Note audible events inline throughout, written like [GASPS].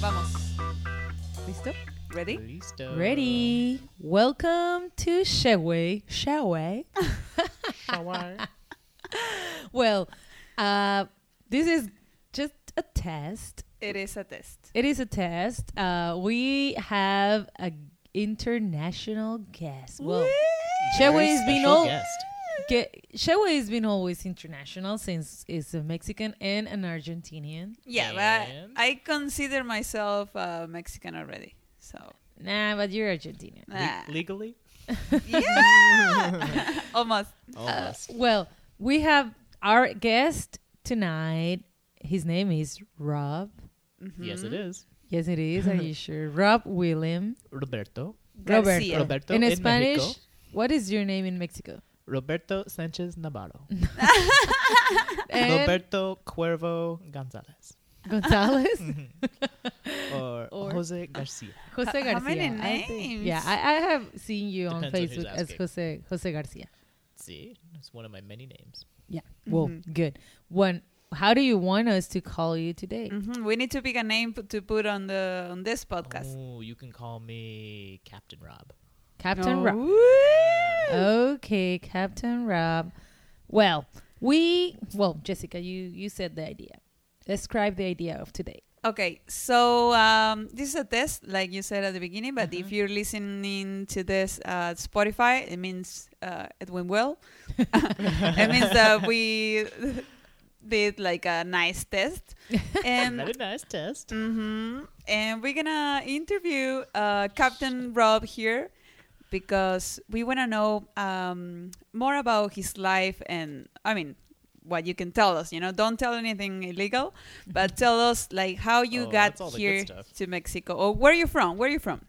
Vamos. ¿Listo? ¿Ready? Listo. Ready. Welcome to Che Wey. Che Wey. [LAUGHS] Shower. Well, uh, this is just a test. It is a test. It is a test. Uh, we have a international guest. Well, Che Wey Very has been special all. guest. Ge- Shewa has been always international since is a Mexican and an Argentinian. Yeah, And- but I consider myself uh, Mexican already. So, Nah, but you're Argentinian. Le- nah. legally? [LAUGHS] yeah! Almost. Oh, Uh, Almost. Well, we have our guest tonight. His name is Rob. yes, it mm-hmm. is. Yes, it is. Are [LAUGHS] you sure? Rob Willem. Roberto. Robert. Garcia. Roberto in, in Spanish, Mexico. what is your name in [LAUGHS] Mexico? Roberto Sanchez Navarro. And Roberto Cuervo Gonzalez. [LAUGHS] Gonzalez. Or, Or- uh, Jose Garcia. Jose Garcia. How- how many I think- yeah, names? I, I have seen you on Depends on who's Facebook as asking. Jose Jose Garcia. See, it's one of my many names. Yeah. Mm-hmm. Well, good. One. How do you want us to call you today? Mhm, We need to pick a name p- to put on the on this podcast. Oh, you can call me Captain Rob. Oh. Captain Rob. Woo! Okay, Captain Rob. Well, we well, Jessica, you you said the idea. Describe the idea of today. Okay, so um, this is a test, like you said at the beginning. But if you're listening to this uh, Spotify, it means uh, it went well. [LAUGHS] it means that we [LAUGHS] did like a nice test, and Mm. Another nice test. hmm and we're gonna interview uh, Captain Rob here because we wanna know um, more about his life and I mean what you can tell us. You know, don't tell anything illegal, but [LAUGHS] tell us like how you Oh, got that's all the good here stuff. to Mexico or where you from. Where you from?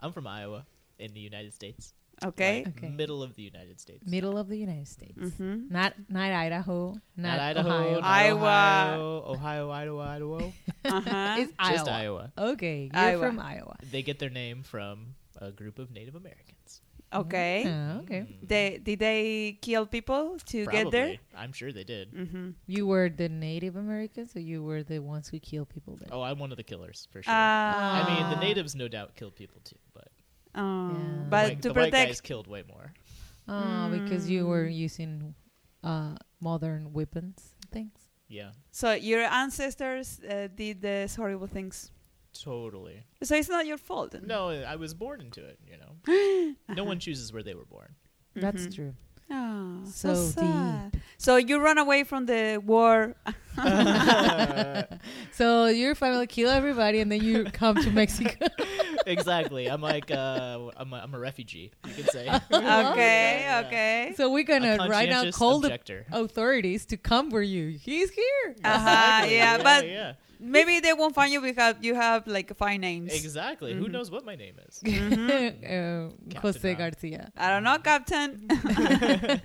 I'm from Iowa in the United States. Okay. Like Okay. Middle of the United States. Middle of the United States. Mhm. Not not Idaho. Not, Not Idaho, Ohio. not Iowa. Ohio, Ohio, Idaho, Idaho. Uh-huh. It's [LAUGHS] Iowa. Just Iowa. Okay, you're Iowa. from Iowa. They get their name from a group of Native Americans. Mm. okay. Oh, okay. Hmm. They did they kill people to get there? Probably. I'm sure they did. Mm-hmm. You were the Native Americans, or you were the ones who kill people there. Oh, I'm one of the killers for Uh, sure. I mean, the natives no doubt killed people too, but Ah. Yeah. Oh, but the, white, to the white guys protect. killed way more. Ah, because you were Mm. using uh, modern weapons and things. Yeah, So your ancestors uh, did these horrible things. totally. So it's not your fault. No, I was born into it. You know, [GASPS] no one chooses where they were [LAUGHS] born. [LAUGHS] That's true. Oh, So so, sad. So you run away from the war. So your family kill everybody, and then [LAUGHS] you come to Mexico. exactly. I'm like, uh, I'm, a, I'm a refugee. You could [LAUGHS] say. okay, [LAUGHS] Yeah, yeah. okay. so we're A gonna right now conscientious call objector. the authorities to come for you. He's here. [LAUGHS] Uh-huh, yeah, but yeah, maybe they won't find you because you have like five names. exactly. Mm-hmm. Who knows what my name is? Uh, Jose [LAUGHS] Rob. Garcia. [LAUGHS] I don't know, Captain.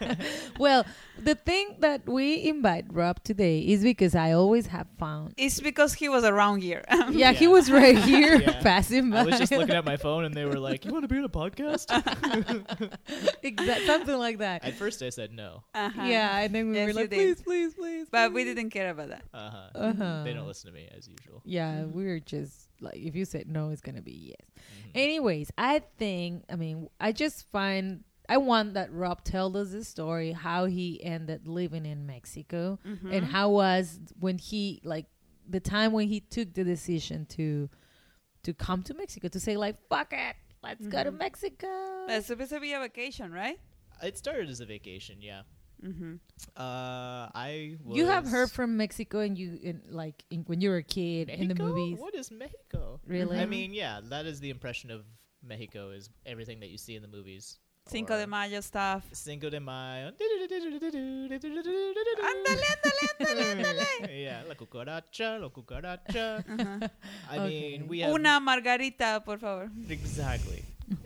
[LAUGHS] [LAUGHS] Well, the thing that we invite Rob today is because I always have found. it's because he was around here. [LAUGHS] Yeah, he Yeah. was [LAUGHS] right here Yeah. passing by. I was [LAUGHS] just looking at my phone, and they were like, "You want to be in a podcast?" Exact- something like that. At first, I said no. Uh-huh. Yeah, and then we Yes, were you like, did. please, please, please. But we please." didn't care about that. Uh huh. Uh-huh. They don't listen to me as usual. Yeah, we're just like if you said no, it's gonna be yes. Mhm. Anyways, I think I mean I just find I want that Rob tell us the story how he ended living in Mexico Mm-hmm. and how was when he like the time when he took the decision to to come to Mexico to say like fuck it, let's go Mm-hmm. to Mexico. It's supposed to be a vacation, right? It started as a vacation, yeah. Mm-hmm. Uh, I was you have heard from Mexico and you in, like in, when you were a kid in the Mexico? movies. What is Mexico? Really? I mean, yeah, that is the impression of Mexico is everything that you see in the movies. Cinco de Or Mayo stuff. Cinco de Mayo. Ándale, [LAUGHS] ándale, ándale, ándale. [LAUGHS] yeah, la cucaracha, la cucaracha. I Uh-huh. [LAUGHS] Okay. mean, we have Una margarita, por favor. exactly.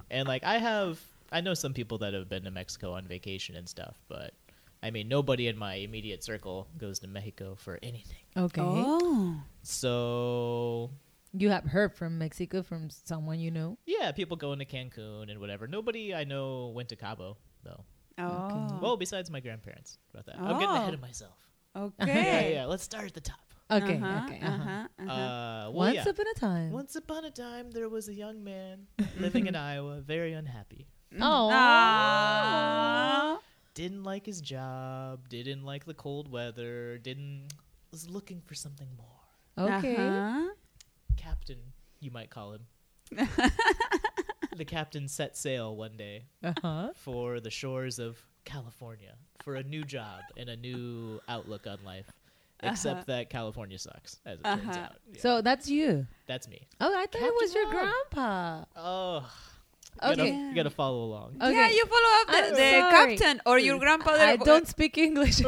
And like I have, I know some people that have been to Mexico on vacation and stuff, but I mean, nobody in my immediate circle goes to Mexico for anything. Okay. Oh. So You have heard from Mexico from someone you know. yeah, people go into Cancun and whatever. Nobody I know went to Cabo though. Oh. Well, [LAUGHS] besides my grandparents. About that, I'm getting ahead Oh. of myself. Yeah, okay. yeah. Let's start at the top. Okay. Uh-huh, okay. Uh-huh. Uh-huh. uh-huh. Uh, well, Once yeah. upon a time. Once upon a time, there was a [LAUGHS] young man living in Iowa, very unhappy. Mm, Oh. ah, Aw. Didn't like his job, didn't like the cold weather, didn't was looking for something more. Okay. Uh-huh. Captain, you [LAUGHS] might call him. the captain set sail one day Uh-huh. for the shores of California for a new job and a new outlook on life. Except that California sucks, as it turns Uh-huh. out. Yeah, Uh-huh. So that's you. that's me. Oh, I thought it was your Captain Rob. grandpa. Oh, you gotta, Okay. you gotta follow [LAUGHS] along. [LAUGHS] Okay. Yeah, you follow up I'm the, the sorry. captain or your grandfather. I don't speak English.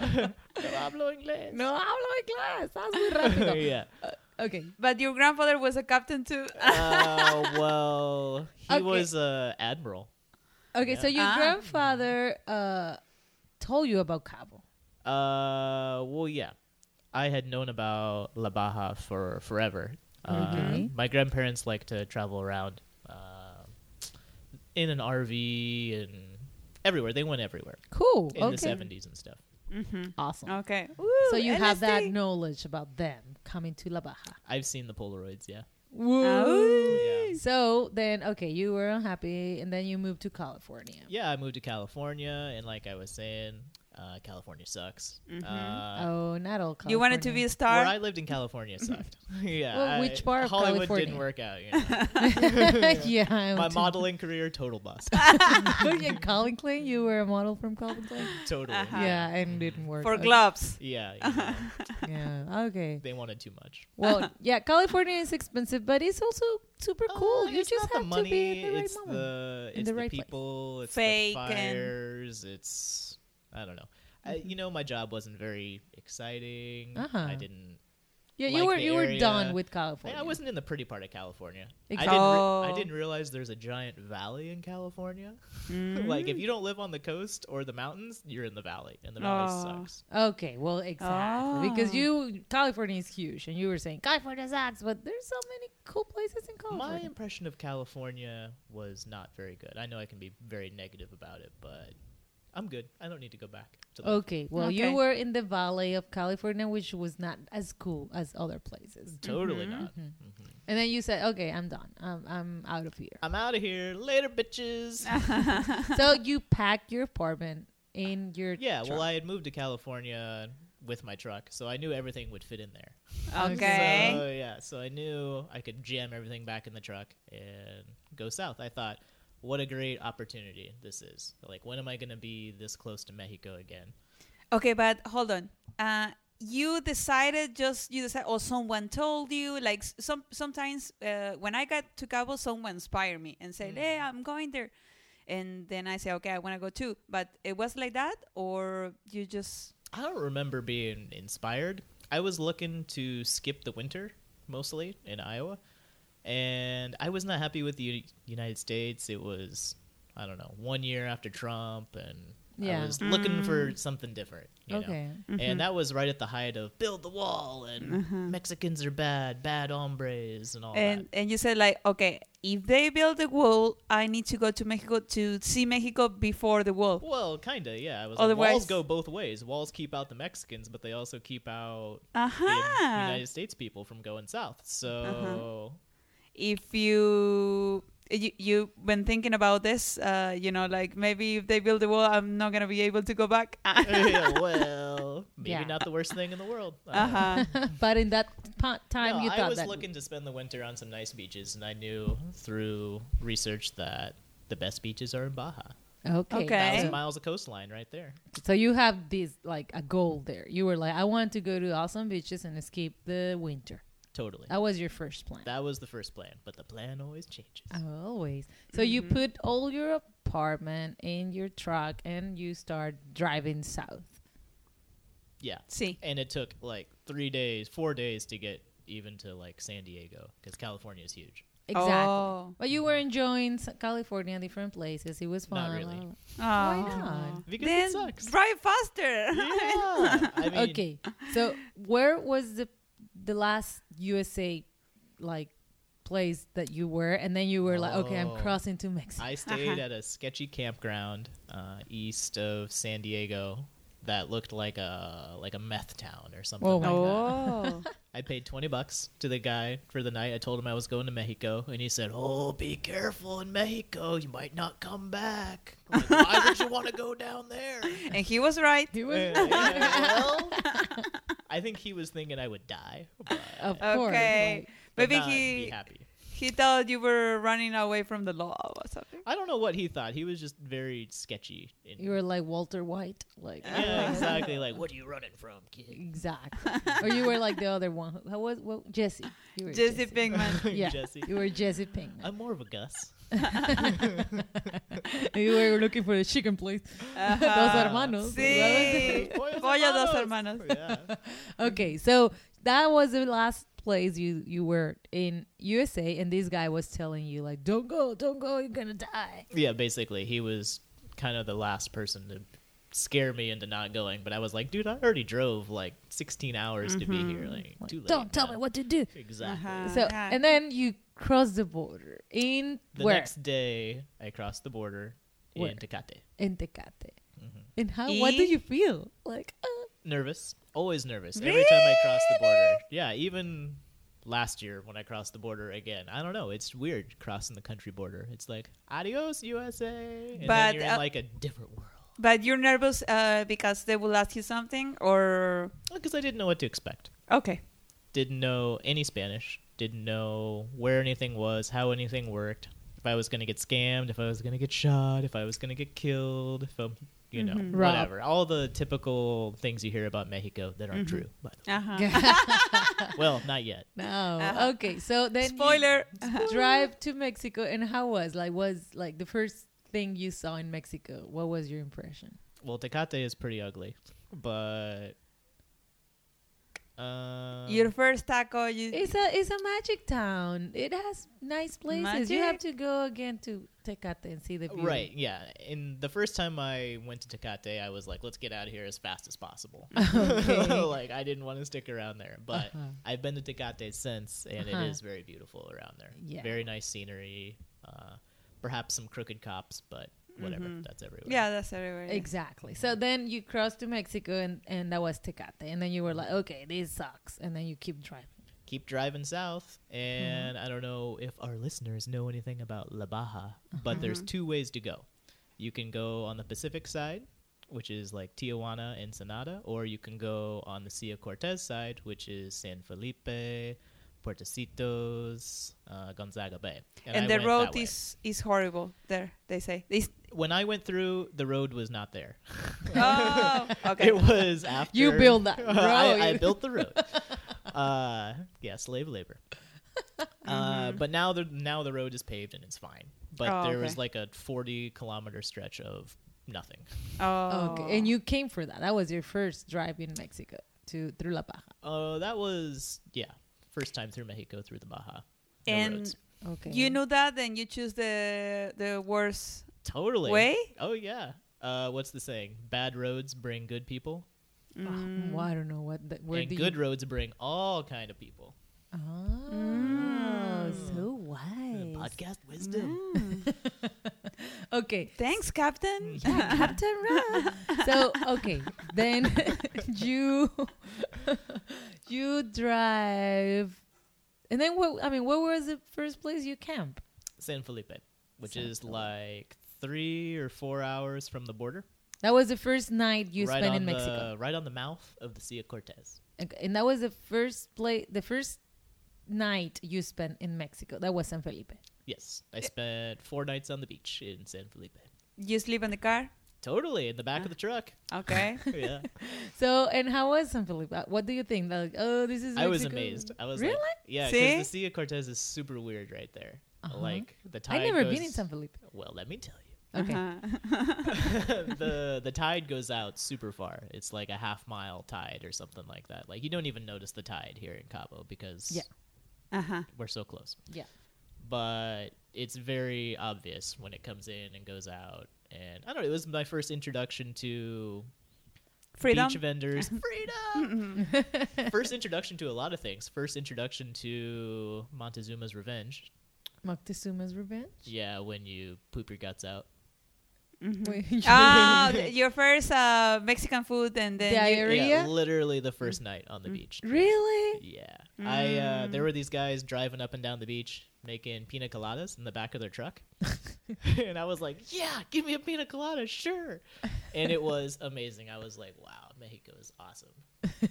[LAUGHS] No hablo [LAUGHS] inglés. no hablo inglés. Estás muy rápido. [LAUGHS] yeah. Okay. But your grandfather was a captain too. Uh, well, he Okay. was uh, admiral. Okay. So your Ah. grandfather uh, told you about Cabo. Uh, well, yeah, I had known about La Baja for forever. Uh, Okay. My grandparents like to travel around uh, in an RV and everywhere. They went everywhere Cool. in okay. the seventies and stuff. Awesome. Uh, okay. So Woo, you have that LSD. knowledge about them coming to La Baja. I've seen the Polaroids. Yeah. Oh. Yeah. So then, okay, you were unhappy, and then you moved to California. Yeah, I moved to California, and like I was saying, uh, California sucks. Uh, oh, not all California. You wanted to be a Where star. I lived in [LAUGHS] California sucked. yeah. Well, I- which part of Hollywood California? didn't work out. You know. [LAUGHS] yeah, I My want to- [LAUGHS] modeling career, total bust. Uh-huh. yeah, Colin Klein. You were a model from Colin Klein. totally. Yeah, Uh-huh. and didn't work. for Okay. gloves. Yeah. you know, Yeah. [LAUGHS] Okay. they wanted too much. Well, yeah, California is expensive, but it's also super cool. Uh, you it's just not have the money, to be in the right it's moment. The, In it's the the, right place. people, it's Fake the and- fires, it's I don't know. I, you know, my job wasn't very exciting. Mm-hmm. Uh-huh. I didn't. yeah, you like were the you were area. done with I, California. I wasn't in the pretty part of California. I Exactly. didn't. Re- Oh. I didn't realize there's a giant valley in California. [LAUGHS] [LAUGHS] Mm. like Mm-hmm. if you don't live on the coast or the mountains, you're in the valley, and the valley Oh. sucks. Okay, well, exactly. Because Oh. you, California is huge, and you were saying California sucks, but there's so many cool places in My California. impression of California was not very good. I know I can be very negative about it, but I'm good. I don't need to go back. To live. okay, well, you Okay. were in the Valley of California, which was not as cool as other places. Totally not. Mm-hmm. And then you said, "Okay, I'm done. I'm, I'm out of here." I'm out of here. Later, bitches. [LAUGHS] so you packed your apartment in your [LAUGHS] yeah, well, truck. I had moved to California with my truck, so I knew everything would fit in there. Okay. So, yeah, so I knew I could jam everything back in the truck and go south. I thought, what a great opportunity this is. Like, when am I going to be this close to Mexico again? Okay, but hold on. Uh, you decided just you decided, or someone told you. Like s- some sometimes uh, when I got to Cabo, someone inspired me and said, Mm. "Hey, I'm going there," and then I say, "Okay, I want to go too." But it was like that, or you just I don't remember being inspired. I was looking to skip the winter mostly in Iowa, and I was not happy with the U- United States. It was, I don't know, one year after Trump, and Yeah. I was looking for something different. You Okay. [LAUGHS] know? and that was right at the height of build the wall and Mexicans are bad, bad hombres, and all and that. and you said like, "Okay, if they build the wall, I need to go to Mexico to see Mexico before the wall." Well, kinda, yeah. I was like, Otherwise- walls go both ways. Walls keep out the Mexicans, but they also keep out Uh the huh. United States people from going south. So. if you you you been thinking about this uh you know like maybe if they build the wall i'm not gonna be able to go back [LAUGHS] [LAUGHS] Yeah, well, maybe Yeah. not the worst thing in the world. I don't know. uh-huh but in that po- time No, you I thought was that looking to spend the winter on some nice beaches, and I knew through research that the best beaches are in Baja. okay, Okay. so- Thousand miles of coastline right there. So you have this like a goal there. You were like, I want to go to awesome beaches and escape the winter. Totally. That was your first plan. That was the first plan, but the plan always changes. Oh. Always. So you put all your apartment in your truck and you start driving south. Yeah. see And it took [LAUGHS] like three days, four days to get even to like San Diego because California is huge. Exactly. Oh. But you were enjoying s- California, different places. It was fun. Not la, really. la, la. Why not? Because Oh. Then it sucks. drive [LAUGHS] faster. Yeah. I mean, okay, so where was the the last USA like place that you were, and then you were like, okay, I'm Oh. crossing to Mexico. I stayed Uh-huh. at a sketchy campground uh, east of San Diego that looked like a like a meth town or something Whoa. like that. oh. I paid twenty bucks to the guy for the night. I told him I was going to Mexico, and he said, "Oh, be careful in Mexico. You might not come back. I'm like, Why would you want to go down [LAUGHS] there?" and he was right. [LAUGHS] He [LAUGHS] was, Uh, well, I think he was thinking I would die. But of course. Okay. like, but Maybe not be he happy. he thought you were running away from the law or something. I don't know what he thought. He was just very sketchy. In- you were like Walter White, like [LAUGHS] yeah, exactly. Like, what are you running from, kid? exactly. or you were like the other one. How was what, Jesse? You were Jesse [LAUGHS] Pinkman. Yeah, Jesse. you were Jesse Pinkman. I'm more of a Gus. you were looking for a chicken place. Dos Uh-huh. hermanos. Sí. [LAUGHS] Pollo dos hermanos. Oh, Yeah. Okay, so that was the last place you you were in USA, and this guy was telling you like, "Don't go, don't go, you're gonna die." yeah, basically, he was kind of the last person to scare me into not going. But I was like, dude, I already drove like 16 hours to be here. Like, Like, too late. don't tell now." me what to do. Exactly. Uh-huh. so, yeah. and then you cross the border in The where next day, I crossed the border Where? in Tecate. in Tecate. Mm-hmm. And how? What do E- you feel like? uh, Nervous, always nervous. Every time I cross the border, yeah, even last year when I crossed the border again. I don't know. It's weird crossing the country border. It's like adios USA, and But, then you're uh, in like a different world. But you're nervous uh, because they will ask you something or Because I didn't know what to expect. okay. didn't know any Spanish, didn't know where anything was, how anything worked, if I was going to get scammed, if I was going to get shot, if I was going to get killed, if I'm, you know, Mm-hmm. Robbed. whatever. All the typical things you hear about Mexico that aren't true, by the Uh-huh. way. well, not yet. [LAUGHS] no. [LAUGHS] Uh-huh. Okay, so then you Spoiler. [LAUGHS] drive to Mexico, and how was like was like the first thing you saw in Mexico? What was your impression? Well, Tecate is pretty ugly, but. Um, your first taco you It's a it's a magic town. It has nice places. You have to go again to Tecate and see the beauty. Right, yeah. In the first time I went to Tecate, I was like, let's get out of here as fast [LAUGHS] as possible. [LAUGHS] like I didn't want to stick around there, but Uh-huh. I've been to Tecate since, and it Uh-huh. is very beautiful around there. Yeah. Very nice scenery. Uh, perhaps some crooked cops, but whatever. Mm-hmm. That's everywhere. Yeah, that's everywhere. yeah. Exactly. So then you cross to Mexico and and that was Tecate, and then you were like, okay, this sucks, and then you keep driving. Keep driving south, and Mm-hmm. I don't know if our listeners know anything about La Baja, but Uh-huh. there's two ways to go. You can go on the Pacific side, which is like Tijuana, Ensenada, or you can go on the Silla Cortez side, which is San Felipe, Puertecitos, uh, Gonzaga Bay. I And the went road that way. is is horrible there, they say. [LAUGHS] It's- When I went through, the road was not there. [LAUGHS] oh, okay. It was after You build that road. [LAUGHS] I, I built the road. uh, yeah, slave [LAUGHS] labor. Mm-hmm. Uh, but now the now the road is paved and it's fine. But Oh, there okay. was like a forty kilometer stretch of nothing. oh. Okay, and you came for that. That was your first drive in Mexico to through La Paja. Oh, that was yeah, first time through Mexico through the Baja. No and roads. Okay, you knew that, then you choose the the worst. totally way? Oh yeah. Uh, what's the saying? Bad roads bring good people, Ah, well, I don't know what the, where and do good You, roads bring all kind of people. oh, so wise. Podcast wisdom. [LAUGHS] Okay, Mm. Thanks, Captain. Mm. Yeah, Captain Ram. so okay, then [LAUGHS] you you drive, and then what? I mean, what was the first place you camp? San Felipe, which San is Felipe. like three or four hours from the border. That was the first night you right spent on in the, Mexico, Right on the mouth of the Sea of Cortez. Okay, and that was the first place, the first night you spent in Mexico. That was San Felipe. Yes. I spent four nights on the beach in San Felipe. [LAUGHS] You sleep in the car. Totally, in the back of the [LAUGHS] truck. [LAUGHS] Okay. Yeah. So, and how was San Felipe? Uh, What do you think? Like, oh, this is. I was Mexico. amazed. I was really. Like, yeah, See? because the Sea of Cortez is super weird right there. Like the tide I've Uh-huh. never goes, been in San Felipe. Well, let me tell you. [LAUGHS] Okay. Uh-huh. the the tide goes out super far. It's like a half mile tide or something like that. Like you don't even notice the tide here in Cabo because Yeah. Uh-huh. we're so close. Yeah. but it's very obvious when it comes in and goes out. And I don't know. It was my first introduction to Freedom. Mm-hmm. beach vendors. Freedom. [LAUGHS] first introduction to a lot of things. First introduction to Montezuma's Revenge. [LAUGHS] Moctezuma's Revenge. Yeah, when you poop your guts out. Mm-hmm. [LAUGHS] [LAUGHS] Ah, th- your first uh, Mexican food and then Yeah, you- you're- Diarrhea? Yeah, literally the first night on the beach. [LAUGHS] really? Yeah, I uh, Mm. there were these guys driving up and down the beach making pina coladas in the back of their [LAUGHS] truck, and I was like, "Yeah, give me a pina colada, sure." And it was amazing. I was like, "Wow, Mexico is awesome."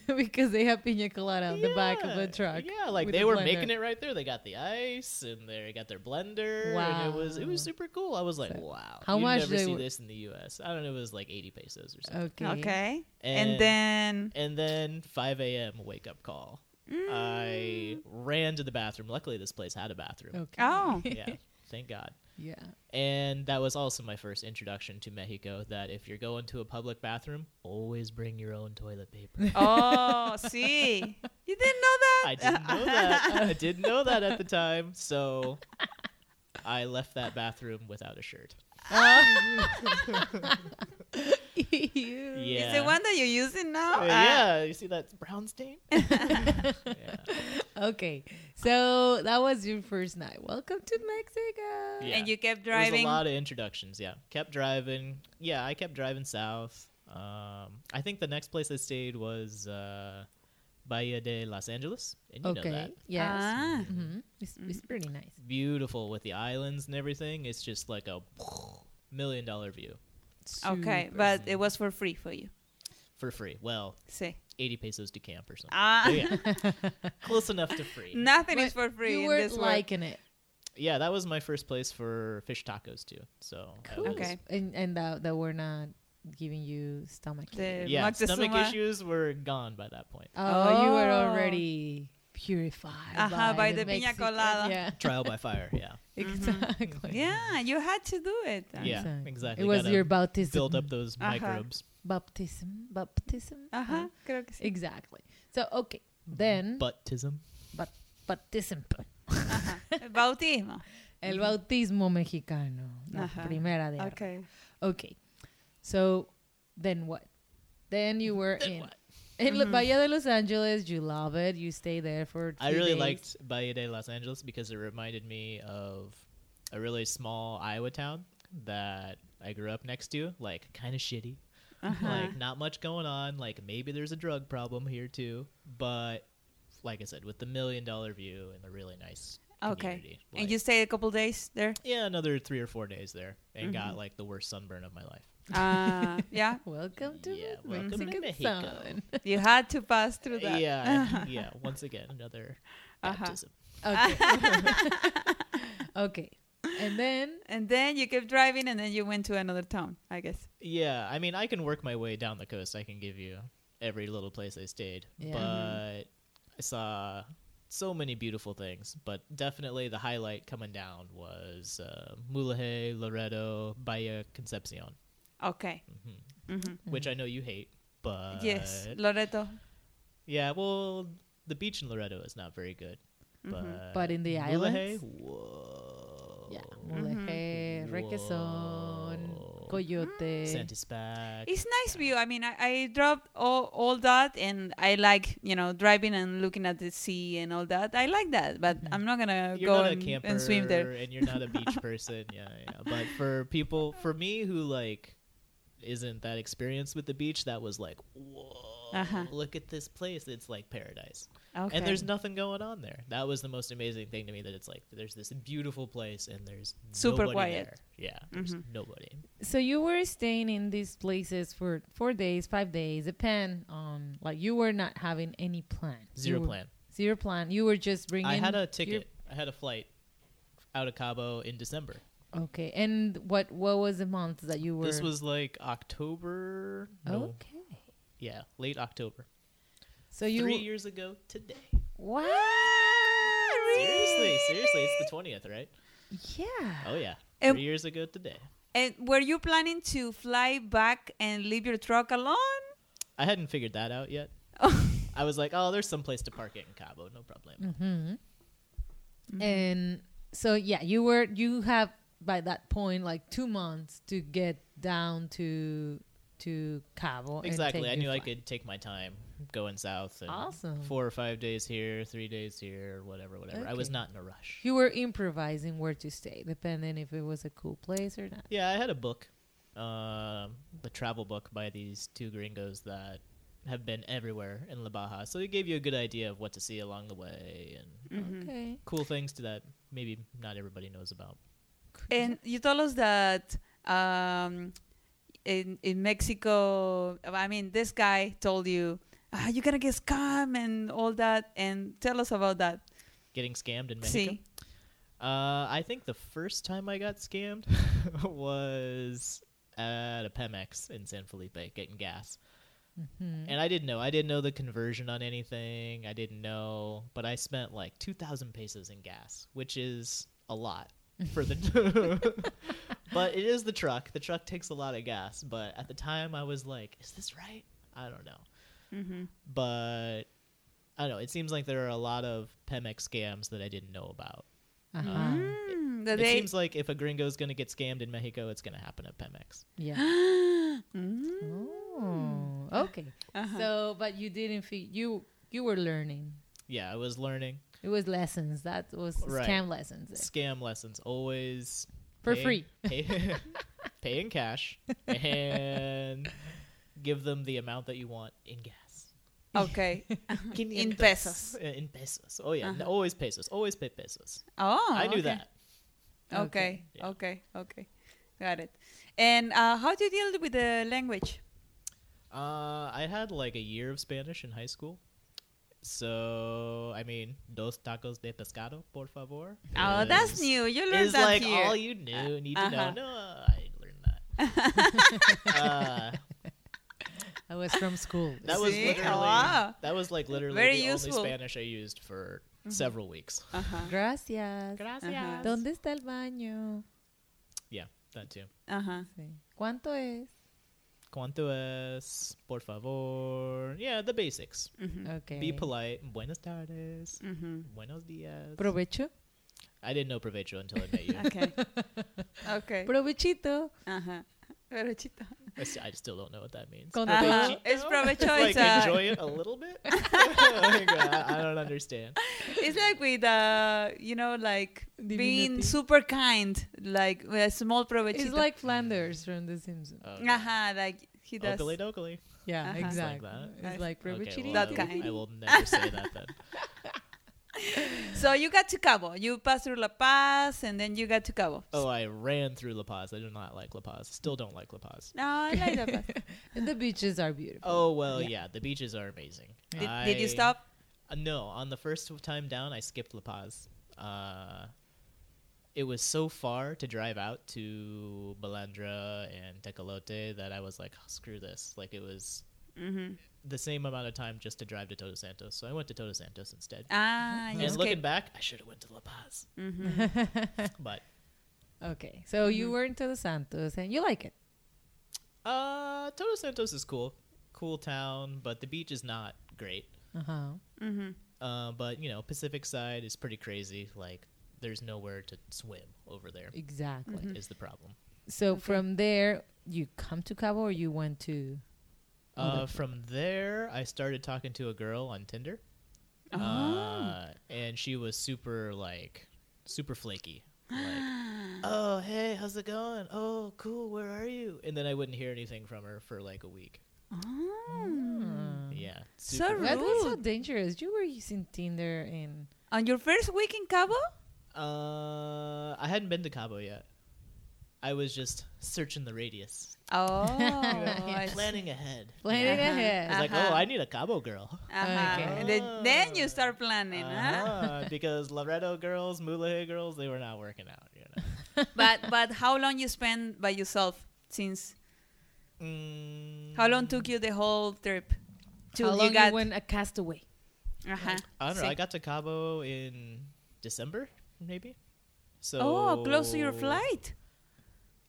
[LAUGHS] because they have pina colada on the back of the Yeah, truck. Yeah, like with they the were blender. making it right there. They got the ice and they got their blender. and it was it was Wow. super cool. I was like, So, "Wow, how you much Never they Oh, see would- this in the U.S. I don't know. It was like eighty pesos or something. Okay. Okay. And- And, then mm, And then 5 a.m. wake up call. uh, I ran to the bathroom. Luckily, this place had a bathroom. Okay. [LAUGHS] Oh. yeah, thank God. yeah. And that was also my first introduction to Mexico. That if you're going to a public bathroom, always bring your own toilet paper. Oh, [LAUGHS] see. You didn't know that? I didn't [LAUGHS] know that. I didn't know that at the time, so I left that bathroom without a shirt. Ew. Yeah. It's the one that you're using now? Uh, Ah, yeah, you see that brown stain? yeah. [LAUGHS] Okay. So that was your first night. Welcome to Mexico. Yeah. And you kept There's driving. a lot of introductions. Yeah, kept driving. Yeah, I kept driving south. Um, I think the next place I stayed was uh, Bahia de Los Angeles, and you know Okay. that Yes. Ah. hmm It's, it's pretty nice. beautiful with the islands and everything. It's just like a million dollar view Okay, Super. but it was for free for you. for free. Well, See. eighty pesos to camp or something. Ah. But yeah, close enough to free. [LAUGHS] Nothing is But for free You in were this world. liking it. Yeah, that was my first place for fish tacos too. So I was- Okay. And and that, that we're not giving you stomach. The ache. Yeah, stomach Moctezuma. issues were gone by that point. Oh, you were Oh. already purified. Ajá, by the piña Mexican- colada. Mm-hmm. Yeah. Trial by fire. [LAUGHS] Yeah. Exactly. Yeah, you had to do it. Yeah, exactly. It was Gotta your baptism. build up those Uh-huh. microbes. Baptism. Baptism. Ajá, Uh-huh. creo que sí. Exactly. So okay, then Buttism. baptism. [LAUGHS] Ajá. Uh-huh. Bautismo. El bautismo mexicano. La Ajá. primera de. Okay. Okay. okay. So then what? Then you were Then in what? in La Bahía de Los Angeles. You love it. You stay there for. I three really days. liked Bahia de Los Angeles because it reminded me of a really small Iowa town that I grew up next to. Like, kind of shitty. Uh-huh. Like, not much going on. Like, maybe there's a drug problem here too. But, like I said, with the million dollar view and the really nice Okay. community. And like- you stayed a couple days there? yeah, another three or four days there and got like the worst sunburn of my life. Uh, [LAUGHS] yeah. Welcome to [LAUGHS] Yeah, the welcome to Mexican Mexico. sun. You had to pass through that. Yeah, yeah. Once again, another Uh-huh. baptism. Okay. [LAUGHS] okay. And then And then you kept driving and then you went to another town, I guess. Yeah, I mean, I can work my way down the coast. I can give you every little place I stayed, Yeah. Mhm. but I saw so many beautiful things. But definitely the highlight coming down was uh, Mulegé, Loreto, Bahia Concepcion, Mm-hmm. Okay. Mm-hmm. Mhm. which I know you hate, but Yes, Loreto. yeah. Well, the beach in Loreto is not very good, but Mm-hmm. But in the Mulegé, islands? whoa, yeah, Mulegé, Whoa. Oh. Requesón, Coyote. Santispac. It's nice view. I mean, I, I dropped all, all that and I like, you know, driving and looking at the sea and all that. I like that, but I'm not going to Mm-hmm. you're Uh, go not and, a camper and swim there. and you're not a [LAUGHS] beach person yeah yeah but for people for me who like isn't that experienced with the beach that was like whoa Uh-huh. look at this place it's like paradise Okay. and there's nothing going on there that was the most amazing thing to me that it's like there's this beautiful place and there's Super nobody quiet. Mm-hmm. there. yeah there's nobody So you were staying in these places for four days, five days, depend on like you were not having any plan. zero You were- plan Zero plan. You were just bringing. i had a your- ticket i had a flight out of cabo in december okay, and what what was the month that you were? this was like october no okay. yeah late october So you three were- years ago today wow. Ah, Seriously, seriously, it's the twentieth, right? Yeah. Oh yeah, And- three years ago today. And were you planning to fly back and leave your truck alone? I hadn't figured that out yet. "Oh, Mm, I was like, oh, there's some place to park it in Cabo, no problem. And so yeah, you were you have by that point like two months to get down to to Cabo. and Exactly. take I your knew I flight. could take my time going south. And Awesome. Four or five days here, three days here, whatever, whatever. I was Okay. not in a rush. You were improvising where to stay, depending if it was a cool place or not. Yeah, I had a book, uh, the travel book by these two gringos that have been everywhere in La Baja. So it gave you a good idea of what to see along the way and Hmm. Okay. cool things to that maybe not everybody knows about. And you told us that um, in in Mexico, I mean, this guy told you ah, you're gonna get scammed and all that. And tell us about that. Getting scammed in Mexico. See, Uh, I think the first time I got scammed [LAUGHS] was at a Pemex in San Felipe getting gas. And I didn't know. I didn't know the conversion on anything. I didn't know, but I spent like 2000 pesos in gas, which is a lot for the [LAUGHS] But it is the truck. The truck takes a lot of gas, but at the time I was like, is this right? I don't know. But I don't know. It seems like there are a lot of Pemex scams that I didn't know about. Uh-huh. Mm-hmm. Mm, that It they- [GASPS] seems like if a gringo's going to get scammed in Mexico, it's going to happen at Pemex. Yeah. Mm. oh. Okay. Uh-huh. So, but you didn't. Fe- you you were learning. Yeah, I was learning It was lessons. That was Right. scam lessons. scam lessons always For pay- free. Pay, [LAUGHS] pay in cash and give them the amount that you want in [LAUGHS] gas. [LAUGHS] okay. In pesos. Uh, In pesos. Oh yeah, no, always pesos. Always pay pesos. Oh, I knew okay. that. Okay, Okay. okay, Yeah. okay, got it. And uh, how do you deal with the language? Uh, I had like a year of Spanish in high school. So, I mean, dos tacos de pescado, por favor. Oh, that's is- new. You learned is that like here. all you knew need uh-huh. to know. No, I learned [LAUGHS] that. uh, I was from school. [LAUGHS] that was See? literally Wow. that was like literally Very the useful. Mm-hmm. only Spanish I used for several weeks. Uh-huh. Gracias. Gracias. Gracias. ¿Dónde está el baño? Yeah, that too. uh huh. Sí. ¿Cuánto es? Cuanto es, por favor. Yeah, the basics. Mm-hmm. Okay. Mm. Be polite. Buenos tardes. hmm Buenos dias. Provecho. I didn't know provecho until I met [LAUGHS] you. [LAUGHS] Okay. okay. Provechito. Uh huh. Provechito. I s- I still don't know what that means. Con Uh-huh. provecho. It's It's provecho. like It's, uh, enjoy it a little bit. [LAUGHS] Like, I, I don't understand. it's like with uh, you know, like being Diminutive. super kind, like with a small provechito. It's like Flanders from The Simpsons. Okay. uh huh, like he does. Okely dokely. Yeah, Uh-huh. It's like exactly. that. It's like Okay, provechito. well, That I, [LAUGHS] kind. will, I will never say that [LAUGHS] then. So you got to Cabo. You passed through La Paz, and then you got to Cabo. Oh, I ran through La Paz. I do not like La Paz. Still don't like La Paz. No, I like La [LAUGHS] Paz. And the beaches are beautiful. Oh well, yeah. the beaches are amazing. Did, I- did you stop? Uh, no, on the first time down, I skipped La Paz. Uh, it was so far to drive out to Balandra and Tecolote that I was like, "Oh, screw this. Like it was Mm-hmm. the same amount of time just to drive to Todos Santos. So I went to Todos Santos instead. Ah, you and escaped. looking Mm-hmm. back, I should have went to La Paz. [LAUGHS] [LAUGHS] but [LAUGHS] Okay. So you were into the Santos and you like it. uh, Todos Santos is cool, cool town, but the beach is not great. Uh huh. Uh, but you know, Pacific side is pretty crazy. Like, there's nowhere to swim over there. Is Exactly. the problem. So from there, you come to Cabo or you went to. Uh, from there, I started talking to a girl on Tinder, uh, and she was super like super flaky. [GASPS] Like, oh hey, how's it going? Oh cool, where are you? And then I wouldn't hear anything from her for like a week. Ah. Mm. Yeah, So super- That is Hmm. so Rude. dangerous. You were using Tinder and. On your first week in Cabo? Uh, I hadn't been to Cabo yet. I was just searching [LAUGHS] the radius, Oh, I see. [LAUGHS] planning ahead. Planning Uh-huh. ahead. I was like, Uh-huh. oh, I need a Cabo girl. Uh-huh. Okay. And then, then you start planning, huh? Uh-huh, [LAUGHS] [LAUGHS] because Laredo girls, Mulahe girls, they were not working out. You [LAUGHS] know, But but how long you spend by yourself since? mm, How long took you the whole trip? How till long you got? you went a castaway? uh-huh. I don't know. See. I got to Cabo in December, maybe. So oh, close to your flight.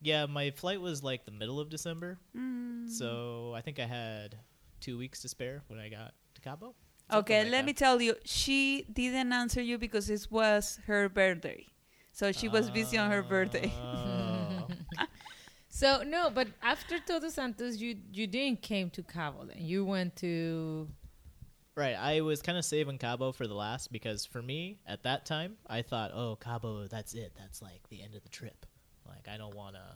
Yeah, my flight was like the middle of December, Mm. so I think I had two weeks to spare when I got to Cabo. Something Okay, like let that. me tell you, she didn't answer you because it was her birthday. So she was busy on her birthday. [LAUGHS] Oh. So no, but after Todos Santos, you you didn't came to Cabo. Then you went to Right, I was kind of saving Cabo for the last because for me at that time I thought, oh Cabo, that's it. That's like the end of the trip. Like I don't want to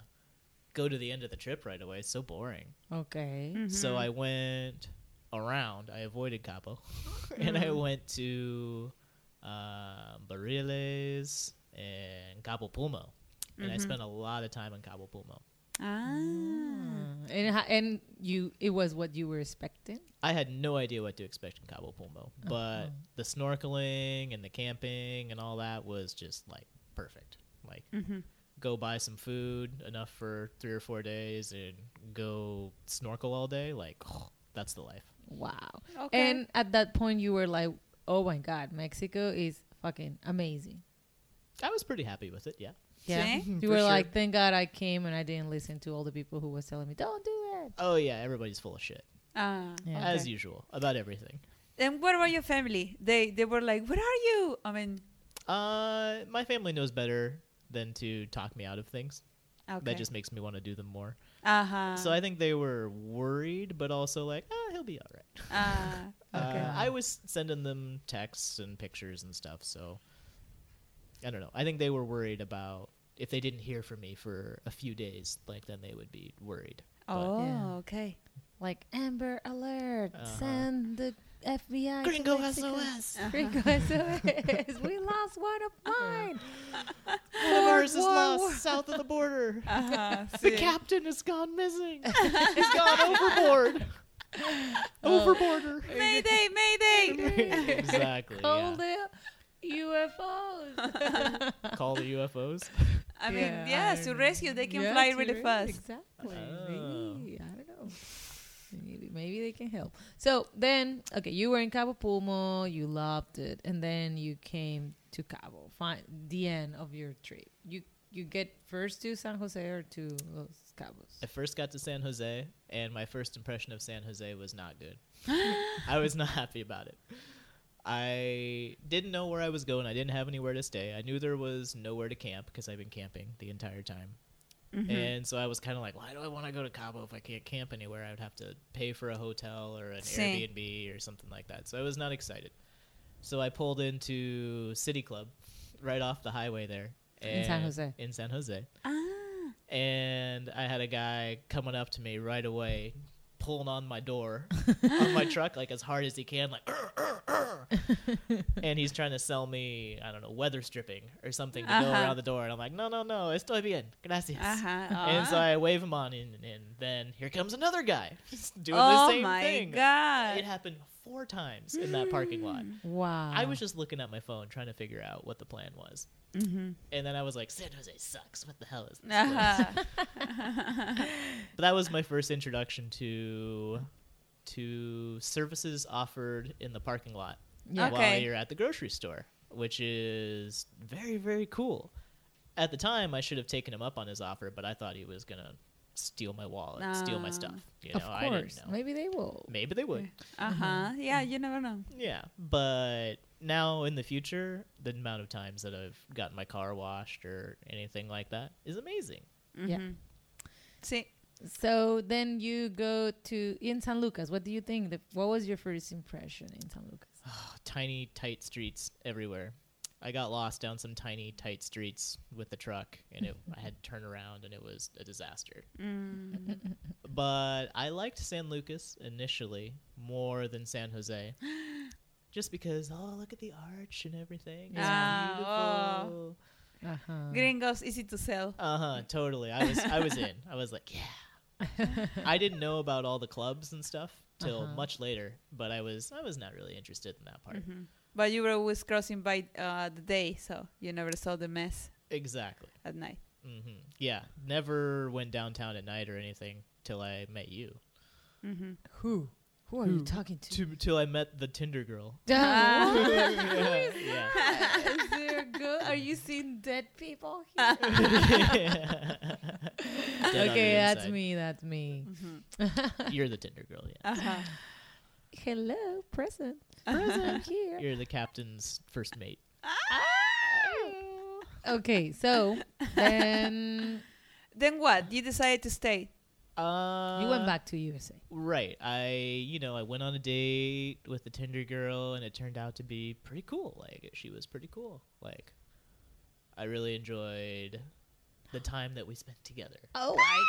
go to the end of the trip right away. It's so boring. okay. Mm-hmm. So I went around. I avoided Cabo, [LAUGHS] and I went to um, Bariles and Cabo Pulmo, and I spent a lot of time in Cabo Pulmo. Ah. Mm. And ho- and you it was what you were expecting. I had no idea what to expect in Cabo Pulmo, but the snorkeling and the camping and all that was just like perfect. Like, go buy some food enough for three or four days and go snorkel all day. Like, oh, that's the life. Wow. Okay. And at that point, you were like, "Oh my God, Mexico is fucking amazing." I was pretty happy with it. Yeah. Yeah, See? Eh? you Mm-hmm, Mm, For were sure. like, "Thank God I came and I didn't listen to all the people who was telling me don't do it." Oh yeah, everybody's full of shit Ah. Yeah. okay. as usual about everything. And what about your family? They they were like, "What are you?" I mean, Uh, my family knows better than to talk me out of things. okay. That just makes me want to do them more. uh huh. so I think they were worried, but also like, ah, he'll be all right. Ah. Okay. Uh, I was sending them texts and pictures and stuff, so I don't know. I think they were worried about if they didn't hear from me for a few days, like then they would be worried. [LAUGHS] [GASPS] But- oh, Yeah. [LAUGHS] okay. Like Amber Alert, Uh-huh. send the FBI. to Gringo Mexico." SOS. [LAUGHS] Gringo SOS. we lost one of Uh-huh. mine. Ours is War, war. lost south of the border. [LAUGHS] Uh-huh. The sí. captain has gone missing. [LAUGHS] He's gone overboard. Oh. Overboarder. Mayday! [LAUGHS] Mayday! exactly. Call yeah. the UFOs. Call the UFOs. I mean, Yeah, yeah, I to don't rescue, they can Yeah, fly to really re- fast. Exactly. Oh. Maybe. I don't know. Maybe, maybe they can help. So then, okay, you were in Cabo Pulmo, you loved it, and then you came to Cabo. Fine, the end of your trip. You you get first to San Jose or to Los Cabos. I first got to San Jose, and my first impression of San Jose was not [LAUGHS] good. I was not happy about it. I didn't know where I was going. I didn't have anywhere to stay. I knew there was nowhere to camp because I've been camping the entire time. Mm-hmm. And so I was kind of like, why do I want to go to Cabo if I can't camp anywhere? I would have to pay for a hotel or an Sí. Airbnb or something like that. So I was not excited. So I pulled into City Club right off the highway there. In San and- Jose. In San Jose Ah. and I had a guy coming up to me right away, pulling on my [LAUGHS] door on my truck like as hard as he can, like, "Arr, arr, arr." [LAUGHS] and he's trying to sell me I don't know weather stripping or something to go Uh-huh. around the door, and I'm like, no, no, no, estoy bien, gracias. Uh-huh. And so ah. I wave him on, and, and then here comes another guy [LAUGHS] just doing oh the same my thing. god. Mm. It happened four times in that parking lot. Wow. I was just looking at my phone trying to figure out what the plan was. Mm-hmm. And then I was like, San Jose sucks. What the hell is this? place?" Uh-huh. [LAUGHS] But that was my first introduction to to services offered in the parking lot Yeah. while Okay. you're at the grocery store, which is very very cool. At the time, I should have taken him up on his offer, but I thought he was gonna steal my wallet, steal my Ah. stuff. You know, Um, of I didn't course. know. Maybe Maybe, they will. they would. uh-huh. Yeah, you never know. Yeah, but now in the future, the amount of times that I've gotten my car washed or anything like that is amazing. Yeah. See, So then you go to in San Lucas. What do you think? The, what was your first impression in San Lucas? [SIGHS] tiny tight streets everywhere. I got lost down some tiny tight streets with the truck, and it, I had to turn around, and it was a disaster. But I liked San Lucas initially more than San Jose, just because oh look at the arch and everything, it's Ah, oh. beautiful. Uh huh. gringos easy to sell. Uh huh. Totally. I was I was in. I was like yeah. I didn't know about all the clubs and stuff till Uh-huh. much later, but I was I was not really interested in that part. Mm-hmm. But you were always crossing by uh, the day, so you never saw the mess Exactly. at night. Mm-hmm. Yeah, never went downtown at night or anything till I met you. Who? Who are you talking to? Till, till I met the Tinder [LAUGHS] girl. [LAUGHS] Ah. yeah, [LAUGHS] [LAUGHS] yeah. Is there good? Are you seeing dead people [LAUGHS] here? Dead on the okay, that's inside. me. That's me. You're the Tinder girl. Yeah, Uh-huh. Hello, [LAUGHS] present. Present here. you're the captain's first mate. okay, so then Then what? You decided to stay. Uh, you went back to USA. Right. I, you know, I went on a date with a Tinder girl, and it turned out to be pretty cool. Like, she was pretty cool. Like, I really enjoyed the time that we spent together. Oh my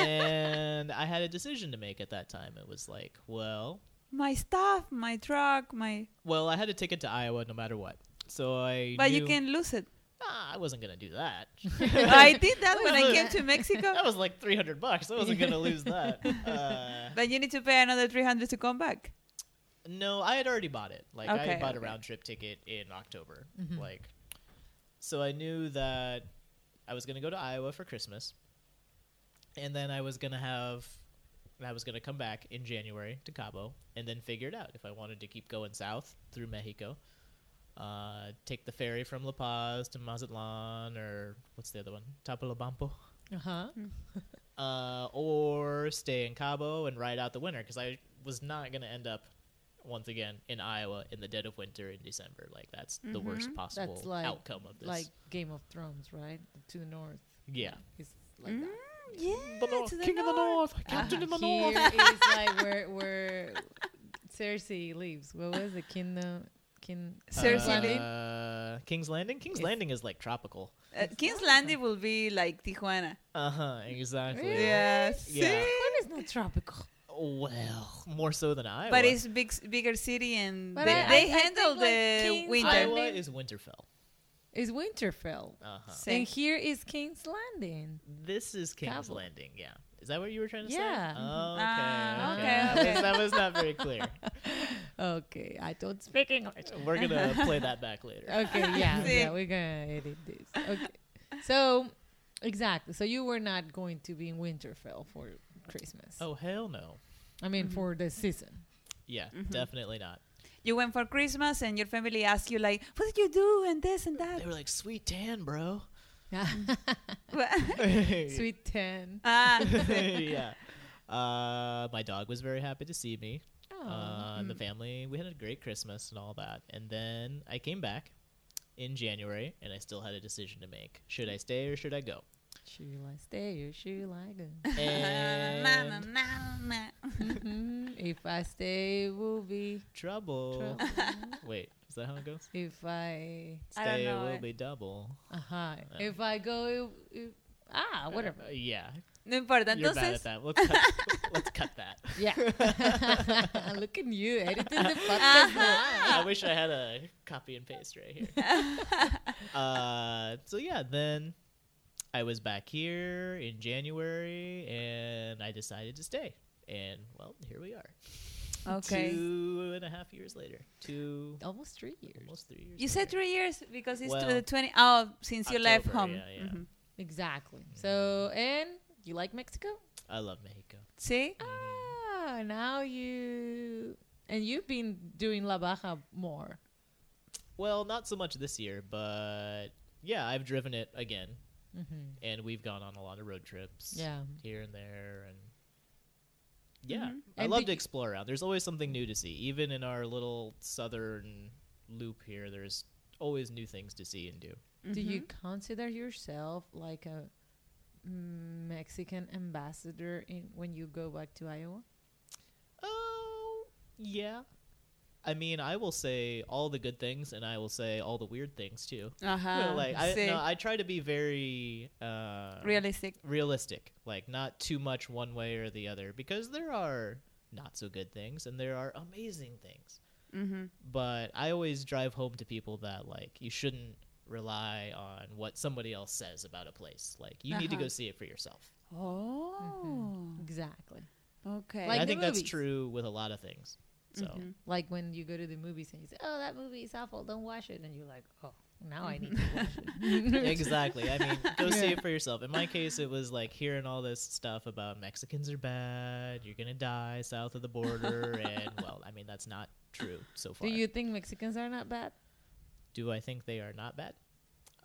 god! and I had a decision to make at that time. It was like, well, My stuff, my truck, my. well, I had to take it to Iowa no matter what. So I. But you knew- can lose it. Ah, I wasn't gonna do that. [LAUGHS] I did that when I Lose came it. to Mexico. [LAUGHS] that was like three hundred bucks. I wasn't gonna lose [LAUGHS] that. Uh, But you need to pay another 300 to come back. No, I had already bought it. Like I Okay, had bought okay. Mm-hmm. a round trip ticket in October. Mhm. Like so I knew that I was gonna go to Iowa for Christmas. And then I was gonna have I was gonna come back in January to Cabo and then figure it out if I wanted to keep going south through Mexico. Uh, take the ferry from La Paz to Mazatlan or what's the other one? Tapalobampo Uh huh. uh, or stay in Cabo and ride out the winter because I was not going to end up once again in Iowa in the dead of winter in December. Like that's the worst Mhm. possible That's like- outcome of this. Like Game of Thrones, right? The two north. yeah, It's like Mm, that. Yeah. the north, king of the north, captain Uh, in the here north. is like where where Cersei leaves. What was the kingdom? Kin- Cersei Uh, Landing? Uh, King's Landing. King's It's- Landing is like tropical. Uh, King's Landing will be like Tijuana. Uh huh. Exactly. Really? Yes. Yeah. Tijuana is not tropical. Well, more so than Iowa. But it's big, bigger city and But they, I- they I- I handle think, like, the King's winter. Iowa Landing. is Winterfell. It's Winterfell. Uh huh. Same. And here is King's Landing. This is King's Cabo. Landing, yeah. Is that what you were trying to Yeah. say? Ah, okay. okay, That, was, [LAUGHS] that was not very clear. Uh-huh. Okay, I don't speak [LAUGHS] English. We're gonna play that back later. Okay, [LAUGHS] yeah, See? yeah, we're gonna edit this. Okay, so exactly. So you were not going to be in Winterfell for Christmas. Oh hell no! I mean, for the season. [LAUGHS] Yeah, definitely not. You went for Christmas and your family asked you like, what did you do and this and [LAUGHS] They that. were like, "Sweet tan, bro." [LAUGHS] Sweet ten. ah, [LAUGHS] yeah. Uh, my dog was very happy to see me. Oh, Uh, The family, we had a great Christmas and all that. And then I came back in January, and I still had a decision to make: should I stay or should I go? should I stay or should I [LAUGHS] go? na, na, And na, na. Mhm. if I stay, will be trouble. trouble. [LAUGHS] Wait, is that how it goes? if I, I don't Stay know will it. be double. uh-huh. if I go, if, if, ah, whatever. Uh, yeah, No importa. you're [LAUGHS] bad Entonces, at that. Let's cut, let's cut that. Yeah. [LAUGHS] Look at you editing the podcast. now. I wish I had a copy and paste right [LAUGHS] here. uh, so yeah, then I was back here in January, and I decided to stay. And well, here we are. okay. Two and a half years later. Two, [LAUGHS] Almost three years. almost three years. You said later. three years because it's Well, to the 20. Oh, since you left October, home. yeah, yeah. Mhm. Exactly. So, and you like Mexico? I love Mexico. See? Ah, now you and you've been doing La Baja more. Well, not so much this year, but yeah, I've driven it again, and we've gone on a lot of road trips. Mm-hmm. Yeah. here and there and yeah Mhm. i And love did to you- explore around there's always something new to see even in our little southern loop here there's always new things to see and do Mm-hmm. Do you consider yourself like a Mexican ambassador in when you go back to Iowa? oh yeah i mean i will say all the good things and i will say all the weird things too You know, Uh-huh. like I, See? no, I try to be very uh, Realistic. realistic like not too much one way or the other because there are not so good things and there are amazing things Mm-hmm. but I always drive home to people that like you shouldn't rely on what somebody else says about a place. Like you need to Uh-huh. go see it for yourself. Oh. Exactly. Okay. And [LAUGHS] Like I the think that's movies. Mm-hmm. true with a lot of things. So Mhm. Like when you go to the movies and you say, "Oh, that movie is awful. Don't watch it," and you're like, "Oh, now I [LAUGHS] need to watch it." exactly. I [LAUGHS] mean, go see Yeah. it for yourself. In my case, it was like hearing all this stuff about Mexicans are bad, you're gonna die south of the [LAUGHS] border, and well, I mean that's not true so Do far. you think Mexicans are not bad? Do I think they are not bad?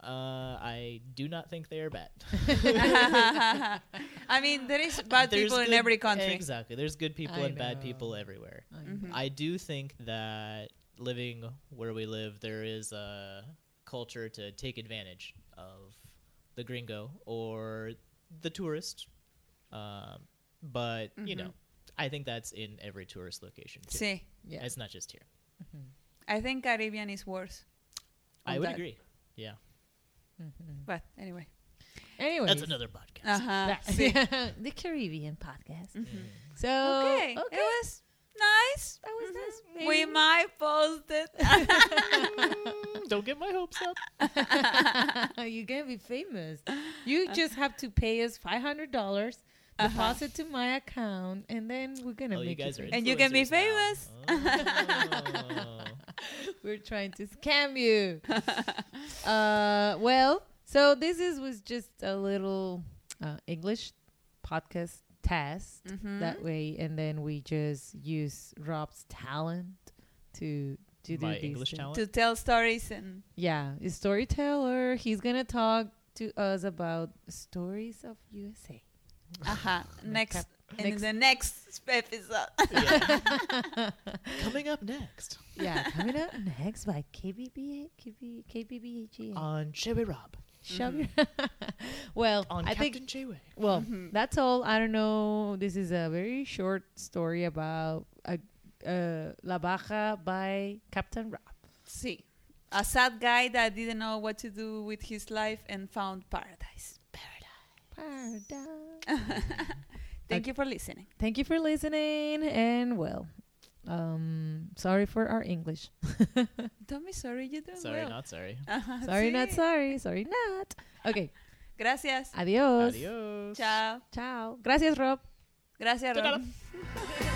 Uh, I do not think they are [LAUGHS] bad. [LAUGHS] I mean, there is bad There's people in good- every country. Exactly. There's good people I and bad know. people everywhere. I- Mhm. I do think that living where we live, there is a culture to take advantage of the gringo or the tourist. Um, but you Mm-hmm. know, I think that's in every tourist location. Too. See, Yeah. It's not just here. Mm-hmm. I think Caribbean is worse. I on would that. agree. Yeah, Mm-hmm. But anyway. Anyway, Mm-hmm. that's another podcast. Uh huh. [LAUGHS] the Caribbean podcast. Uh-huh. Mm. So Mm-hmm. Okay. Oh, okay, It was mm-hmm. nice. that was nice. Maybe. We might post it. Mm, Don't get my hopes [LAUGHS] up. [LAUGHS] You're gonna be famous. Uh-huh. You just have to pay us five hundred dollars, deposit to my account, and then we're gonna Oh, make you guys are famous. And you can be influencers [LAUGHS] now. Oh. [LAUGHS] We're trying to scam you. uh, well, so this is was just a little uh, English podcast test Mhm. that Mm-hmm. way, and then we just use Rob's talent to to My do these English things. talent? to tell stories and Yeah, a storyteller. He's gonna talk to us about stories of USA. [LAUGHS] uh-huh. next in Next- the next episode. Yeah. [LAUGHS] Coming up next [LAUGHS] Yeah, coming up next by KBB KB, KBBHA. on Chewy Rob Shall we- [LAUGHS] well, mm-hmm. on I Captain Mm-hmm. think Chewy. well, [LAUGHS] Mm-hmm. that's all. I don't know. This is a very short story about uh, uh, La Baja by Captain Rob. See, a sad guy that didn't know what to do with his life and found paradise. Paradise. Paradise. [LAUGHS] Thank you for listening. Thank you for listening, and well, um, sorry for our English. [LAUGHS] Don't be sorry. You're doing Sorry, Oh, well. not sorry. Uh-huh. sorry, not See? sorry. Sorry, not. Okay. Gracias. Adiós. Adios. Chao. Chao. Gracias, Rob. Gracias, [LAUGHS] Ta-da. Ron.